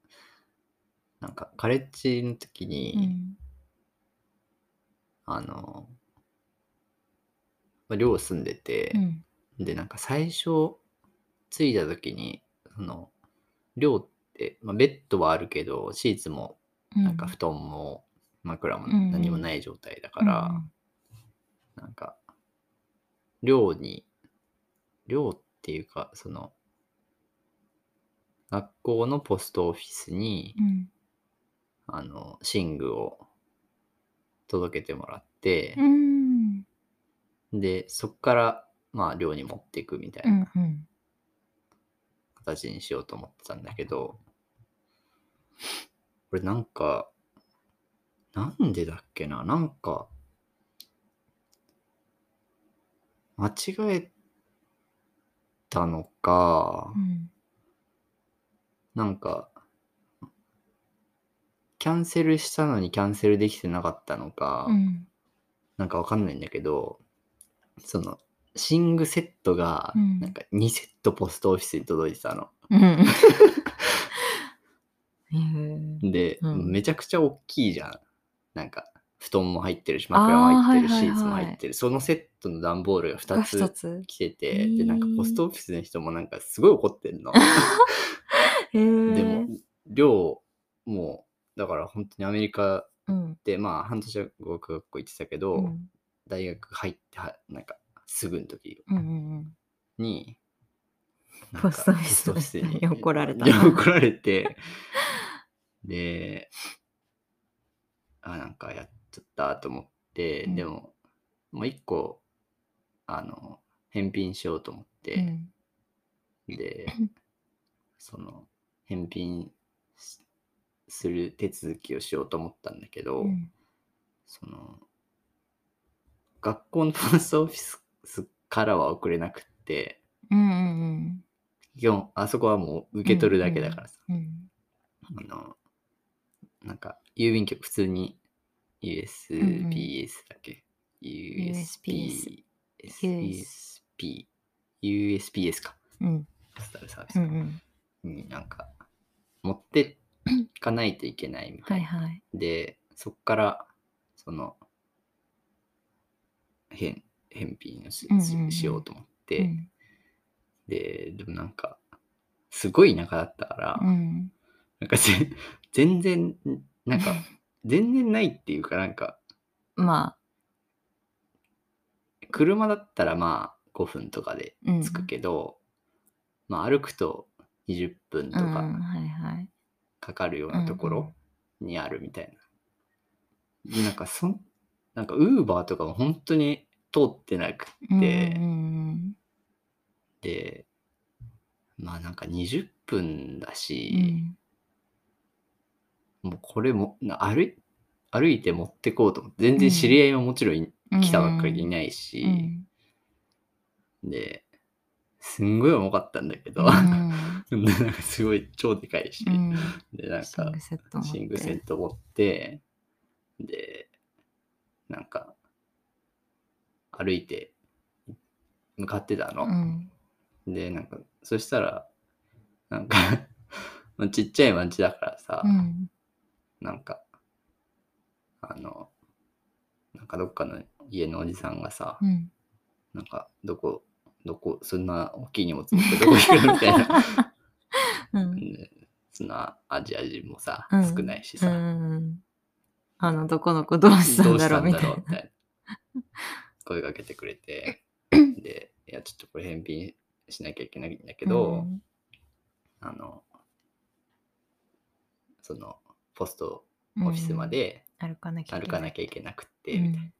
[SPEAKER 2] なんか、カレッジの時に、
[SPEAKER 1] うん
[SPEAKER 2] あの、まあ寮住んでて、
[SPEAKER 1] うん
[SPEAKER 2] で、なんか最初、着いた時に、その、寮って、まあ、ベッドはあるけど、シーツも、
[SPEAKER 1] う
[SPEAKER 2] なんか布団も、枕も
[SPEAKER 1] うん
[SPEAKER 2] 何もない状態だから、なんか、寮に、寮っていうか、その、学校のポストオフィスに
[SPEAKER 1] う、ん
[SPEAKER 2] あの、寝具を届けてもらって、
[SPEAKER 1] うんうん
[SPEAKER 2] で、そこから、まあ、寮に持っていくみた
[SPEAKER 1] う
[SPEAKER 2] いなん
[SPEAKER 1] うん
[SPEAKER 2] 形にしようと思ってたんだけど、これなんか、なんでだっけな、なんか、間違えたのか、
[SPEAKER 1] うん
[SPEAKER 2] なんか、キャンセルしたのにキャンセルできてなかったのか、
[SPEAKER 1] うん
[SPEAKER 2] なんかわかんないんだけど、その、寝具セットが、
[SPEAKER 1] うん
[SPEAKER 2] なんか2セットポストオフィスに届いてたの。
[SPEAKER 1] うんうん
[SPEAKER 2] で、
[SPEAKER 1] うん
[SPEAKER 2] めちゃくちゃ大きいじゃん。なんか、布団も入ってるし、枕も入ってる
[SPEAKER 1] あー
[SPEAKER 2] し、
[SPEAKER 1] はい
[SPEAKER 2] シ
[SPEAKER 1] はいはい
[SPEAKER 2] ーツも入ってる。そのセットの段ボールが2
[SPEAKER 1] が一
[SPEAKER 2] つ
[SPEAKER 1] つ
[SPEAKER 2] 来てて、
[SPEAKER 1] へー
[SPEAKER 2] で、なんかポストオフィスの人もなんかすごい怒って んの。
[SPEAKER 1] へー
[SPEAKER 2] でも、量、もう、だから本当にアメリカ
[SPEAKER 1] うん
[SPEAKER 2] で、まあ、半年は語学学校行ってたけど、
[SPEAKER 1] うん
[SPEAKER 2] 大学入っては、なんか、すぐの時
[SPEAKER 1] うんうんうん
[SPEAKER 2] に、なんか
[SPEAKER 1] ポストオフィスの
[SPEAKER 2] ポスト
[SPEAKER 1] 人
[SPEAKER 2] オフィ
[SPEAKER 1] に
[SPEAKER 2] スに
[SPEAKER 1] 怒られた
[SPEAKER 2] い
[SPEAKER 1] な。
[SPEAKER 2] や怒られて、で、あ、なんかやっちゃったと思って、
[SPEAKER 1] うん
[SPEAKER 2] でも、もう一個、あの、返品しようと思って、で、その、返品しする手続きをしようと思ったんだけど、
[SPEAKER 1] うん
[SPEAKER 2] その、学校のポストオフィスからは送れなくって、
[SPEAKER 1] うんうん
[SPEAKER 2] 基本、あそこはもう受け取るだけだからさ、
[SPEAKER 1] うんうん
[SPEAKER 2] あの、なんか、郵便局、普通に USPS だっけ、
[SPEAKER 1] USPS
[SPEAKER 2] USPS。USP。USPS か。
[SPEAKER 1] うん
[SPEAKER 2] ポスタルサービス
[SPEAKER 1] う
[SPEAKER 2] か
[SPEAKER 1] ん
[SPEAKER 2] になんか、持っていかないといけないみた
[SPEAKER 1] はいい
[SPEAKER 2] な。
[SPEAKER 1] はい。
[SPEAKER 2] で、そっから、その、返返品をし,し、
[SPEAKER 1] うんうんうん
[SPEAKER 2] しようと思って、
[SPEAKER 1] うん
[SPEAKER 2] で、でもなんか、すごい田舎だったから、
[SPEAKER 1] うん
[SPEAKER 2] なんかぜ全然、な んか、全然ないっていうか、なんか、
[SPEAKER 1] ま
[SPEAKER 2] 車だったらまあ5分とかで
[SPEAKER 1] あ、うん
[SPEAKER 2] 着くけど、まあ歩くと20分と
[SPEAKER 1] うんうん
[SPEAKER 2] か
[SPEAKER 1] はいはい。
[SPEAKER 2] かかるようなとこ
[SPEAKER 1] うん
[SPEAKER 2] ろにあるみたいな。でなんかそん、なんかウーバーとかも本当に通ってなく
[SPEAKER 1] うん
[SPEAKER 2] て、
[SPEAKER 1] うん
[SPEAKER 2] で、まあなんか20分だ
[SPEAKER 1] うんう
[SPEAKER 2] し、
[SPEAKER 1] ん
[SPEAKER 2] もうこれも、な歩い歩いて持ってこうと思って、全然知り合いももちろんい
[SPEAKER 1] うん
[SPEAKER 2] 来たばっかりでいないし、
[SPEAKER 1] うん
[SPEAKER 2] で、すんごい重かったんだけど、 でなんかすごい超でかいし、
[SPEAKER 1] うん
[SPEAKER 2] で、 なん
[SPEAKER 1] シン
[SPEAKER 2] か
[SPEAKER 1] グ、セット持って
[SPEAKER 2] シングセット持って、で、なんか、歩いて向かってた
[SPEAKER 1] う
[SPEAKER 2] の。
[SPEAKER 1] ん
[SPEAKER 2] で、なんか、そしたら、なんか まあ、ちっちゃい町だからさ、
[SPEAKER 1] うん
[SPEAKER 2] なんか、あの、なんかどっかの家のおじさんがさ、
[SPEAKER 1] うん
[SPEAKER 2] なんか、どこどこ、そんな大きい荷物持ってどこ行くのみたい な。
[SPEAKER 1] うん
[SPEAKER 2] そんなアジア人もさ、
[SPEAKER 1] うん
[SPEAKER 2] 少ないし
[SPEAKER 1] う
[SPEAKER 2] さ、
[SPEAKER 1] んあのどこの子どうした
[SPEAKER 2] ど
[SPEAKER 1] ん
[SPEAKER 2] う
[SPEAKER 1] だ
[SPEAKER 2] し
[SPEAKER 1] ろう
[SPEAKER 2] た
[SPEAKER 1] んみ
[SPEAKER 2] だ
[SPEAKER 1] たい
[SPEAKER 2] ろう
[SPEAKER 1] な
[SPEAKER 2] みたいな。声かけてく れて、で、いや、ちょっとこれ返品しなきゃいけないんだけ
[SPEAKER 1] う
[SPEAKER 2] ど、
[SPEAKER 1] ん
[SPEAKER 2] あの、その、ポストオフィスまで
[SPEAKER 1] うん歩かなきゃい
[SPEAKER 2] 歩
[SPEAKER 1] け
[SPEAKER 2] か
[SPEAKER 1] ない
[SPEAKER 2] なきゃいけなくって、
[SPEAKER 1] うん
[SPEAKER 2] みたいな。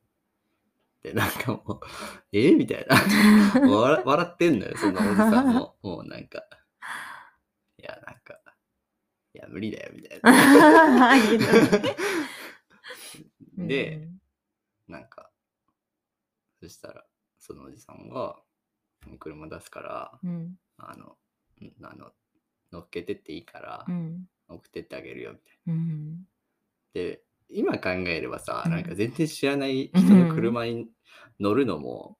[SPEAKER 2] で、なんかもう、えみたいな。 笑笑って んのよ、そのおじさんも。もうなんか、いや、なんか、いや、無理だよ、みたい な。
[SPEAKER 1] 言えたね
[SPEAKER 2] で、なんか、そしたら、そのおじさんが、車出すから、
[SPEAKER 1] うん
[SPEAKER 2] あの、うんあの、乗っけてっていいから
[SPEAKER 1] う、ん
[SPEAKER 2] 送ってってあげるよ、みたいな。
[SPEAKER 1] うん
[SPEAKER 2] で、今考えればさ、
[SPEAKER 1] うん
[SPEAKER 2] なんか全然知らない人の車に乗るのも、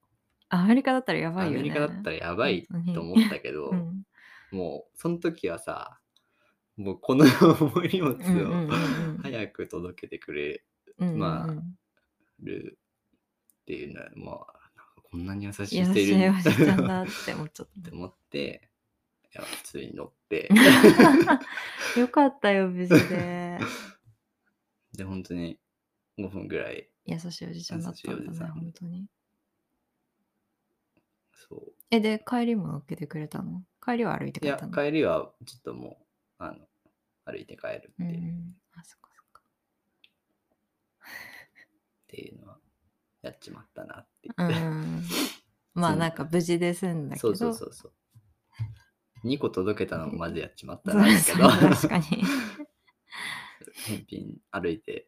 [SPEAKER 1] アメリカだったらやばい
[SPEAKER 2] ア
[SPEAKER 1] よね
[SPEAKER 2] メリカだったらやばい
[SPEAKER 1] 本当に
[SPEAKER 2] と思ったけど、
[SPEAKER 1] うん
[SPEAKER 2] もう、その時はさ、もうこの重い荷物
[SPEAKER 1] うんうん
[SPEAKER 2] を
[SPEAKER 1] うんうん
[SPEAKER 2] 早く届けてくれ
[SPEAKER 1] うん
[SPEAKER 2] まあ
[SPEAKER 1] うんうん
[SPEAKER 2] るっていうのは、まあ、なんかこんなに優しい
[SPEAKER 1] 優
[SPEAKER 2] 人い
[SPEAKER 1] し
[SPEAKER 2] る
[SPEAKER 1] いおじちゃん
[SPEAKER 2] っ
[SPEAKER 1] だって思っちゃ
[SPEAKER 2] て思って、いや、普通に 乗っ
[SPEAKER 1] っ
[SPEAKER 2] て、
[SPEAKER 1] た。 よかったよ、無事 で。
[SPEAKER 2] で、本当に5分ぐらい、
[SPEAKER 1] 優しいおじちゃんだったん
[SPEAKER 2] 優しいおじ
[SPEAKER 1] だ
[SPEAKER 2] さ
[SPEAKER 1] ね
[SPEAKER 2] ん、
[SPEAKER 1] 本当に。
[SPEAKER 2] そ
[SPEAKER 1] え、で、帰りも乗っけてくれたの帰りは歩いて
[SPEAKER 2] う。
[SPEAKER 1] く
[SPEAKER 2] い
[SPEAKER 1] れ
[SPEAKER 2] や
[SPEAKER 1] た、の
[SPEAKER 2] 帰りはちょっともう、あの、歩いて帰る
[SPEAKER 1] う
[SPEAKER 2] っ
[SPEAKER 1] んう
[SPEAKER 2] ていう,、っ
[SPEAKER 1] ん。あ、そっかそっか。
[SPEAKER 2] ていうのは、やっちまったなって
[SPEAKER 1] う
[SPEAKER 2] 言って。
[SPEAKER 1] ん。まあなんか無事で済んだけ
[SPEAKER 2] そ
[SPEAKER 1] ど。
[SPEAKER 2] うそうそうそう。2個届けたのもまずやっちまった
[SPEAKER 1] そ
[SPEAKER 2] な
[SPEAKER 1] うん
[SPEAKER 2] だけ
[SPEAKER 1] そう
[SPEAKER 2] ど。
[SPEAKER 1] 確 かに。
[SPEAKER 2] 返品歩いて。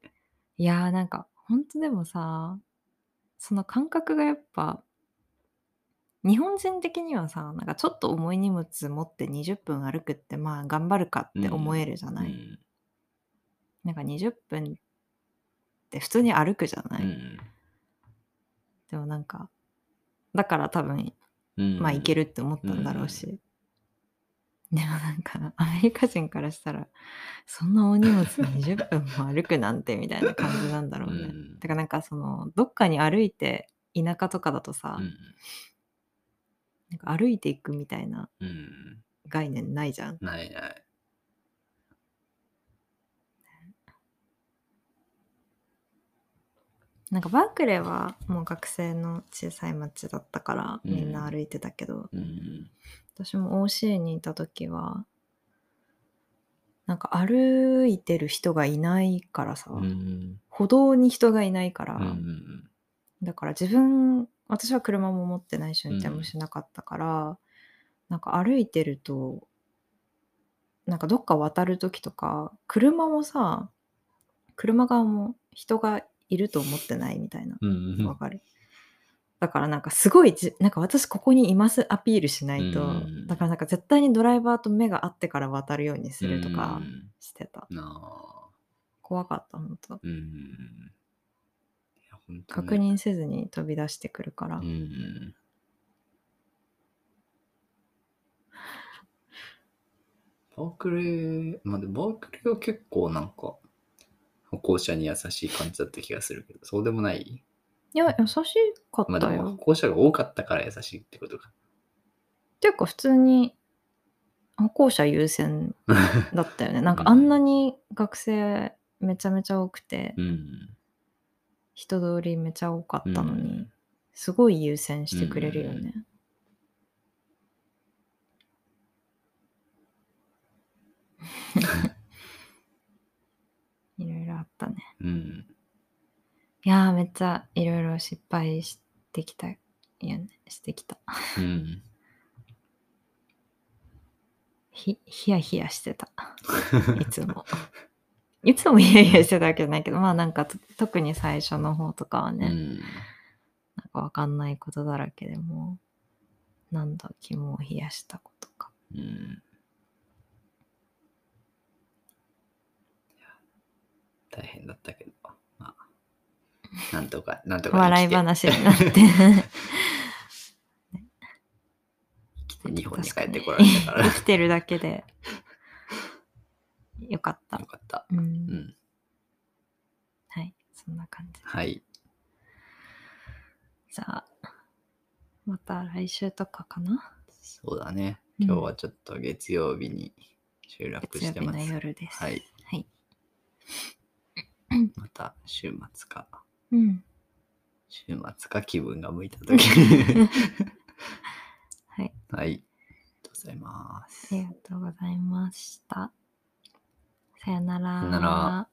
[SPEAKER 1] いやーなんか、本当でもさ、その感覚がやっぱ、日本人的にはさ、なんかちょっと重い荷物持って20分歩くって、まあ頑張るかって思えるじゃない。
[SPEAKER 2] うん
[SPEAKER 1] なんか20分って普通に歩くじゃない、
[SPEAKER 2] うん
[SPEAKER 1] でもなんかだから多分
[SPEAKER 2] うん
[SPEAKER 1] まあいけるって思ったんだろうし、でもなんかアメリカ人からしたらそんな大荷物20分も歩くなんてみたいな感じなんだろうね、
[SPEAKER 2] うん
[SPEAKER 1] だからなんかそのどっかに歩いて田舎とかだとさ、
[SPEAKER 2] うん
[SPEAKER 1] なんか歩いていくみたいな
[SPEAKER 2] うん。
[SPEAKER 1] 概念ないじゃん
[SPEAKER 2] ないない。
[SPEAKER 1] なんかバークレーはもう学生の小さい町だったから
[SPEAKER 2] うん
[SPEAKER 1] みんな歩いてたけど、
[SPEAKER 2] うん
[SPEAKER 1] 私も OC にいた時はなんか歩いてる人がいないからさ、
[SPEAKER 2] うん
[SPEAKER 1] 歩道に人がいないから、
[SPEAKER 2] うんうん
[SPEAKER 1] だから自分私は車も持ってないし運転もしなかったから、なんか歩いてるとなんかどっか渡る時とか車もさ車側も人がいると思ってないみたいな
[SPEAKER 2] うんうん
[SPEAKER 1] わかる。だからなんかすごいじ、なんか私ここにいますアピールしないと、
[SPEAKER 2] うん
[SPEAKER 1] だからなんか絶対にドライバーと目が合ってから渡るようにするとか
[SPEAKER 2] うん
[SPEAKER 1] してた。
[SPEAKER 2] なあ。
[SPEAKER 1] 怖かった、本当。
[SPEAKER 2] うん。いや本当に
[SPEAKER 1] 確認せずに飛び出してくるから。
[SPEAKER 2] うん。バークレー、まあでもバークレーは結構なんか、歩行者に優しい感じだった気がするけど、そうでもない
[SPEAKER 1] いや、優しか
[SPEAKER 2] まあ
[SPEAKER 1] っ
[SPEAKER 2] で
[SPEAKER 1] たよ。
[SPEAKER 2] も歩行者が多かったから優しいってこと か。
[SPEAKER 1] っていうか普通に歩行者優先だったよね。なんか
[SPEAKER 2] うん
[SPEAKER 1] あんなに学生めちゃめちゃ多くて、
[SPEAKER 2] うん。
[SPEAKER 1] 人通りめちゃ多かったのに、
[SPEAKER 2] うん
[SPEAKER 1] すごい優先してくれるよね。 いろいろあったね。
[SPEAKER 2] うん。
[SPEAKER 1] いやーめっちゃいろいろ失敗してきたよね。してきた。
[SPEAKER 2] うん。
[SPEAKER 1] ひ、ひやひやしてた。いつも。 いつもヒヤヒヤしてたわけじゃないけど、まあなんかと特に最初の方とかは
[SPEAKER 2] う
[SPEAKER 1] ね、
[SPEAKER 2] ん。
[SPEAKER 1] なんかわかんないことだらけでもう、なんだ、肝を冷やしたことか。
[SPEAKER 2] うん。大変だったけど、まあ、なん とか、なんとか生きて
[SPEAKER 1] 笑い話になって。
[SPEAKER 2] 日本に帰ってこられたから
[SPEAKER 1] 確に生きてるだけで。よかった
[SPEAKER 2] よ。かった。
[SPEAKER 1] うん。
[SPEAKER 2] うん。
[SPEAKER 1] はい。そんな感じ。
[SPEAKER 2] はい。
[SPEAKER 1] じゃあ、また来週とかかな
[SPEAKER 2] そうだね。
[SPEAKER 1] うん
[SPEAKER 2] 今日はちょっと月曜日に収録
[SPEAKER 1] 月
[SPEAKER 2] し
[SPEAKER 1] 曜
[SPEAKER 2] て
[SPEAKER 1] 日
[SPEAKER 2] ま
[SPEAKER 1] の
[SPEAKER 2] す。
[SPEAKER 1] 夜です。
[SPEAKER 2] はい。
[SPEAKER 1] はい。
[SPEAKER 2] また週末か、
[SPEAKER 1] うん。
[SPEAKER 2] 週末か気分が向いた 時
[SPEAKER 1] はい。
[SPEAKER 2] はい。ありがとうございます
[SPEAKER 1] あ。りがとうございました。さよなら。
[SPEAKER 2] さよなら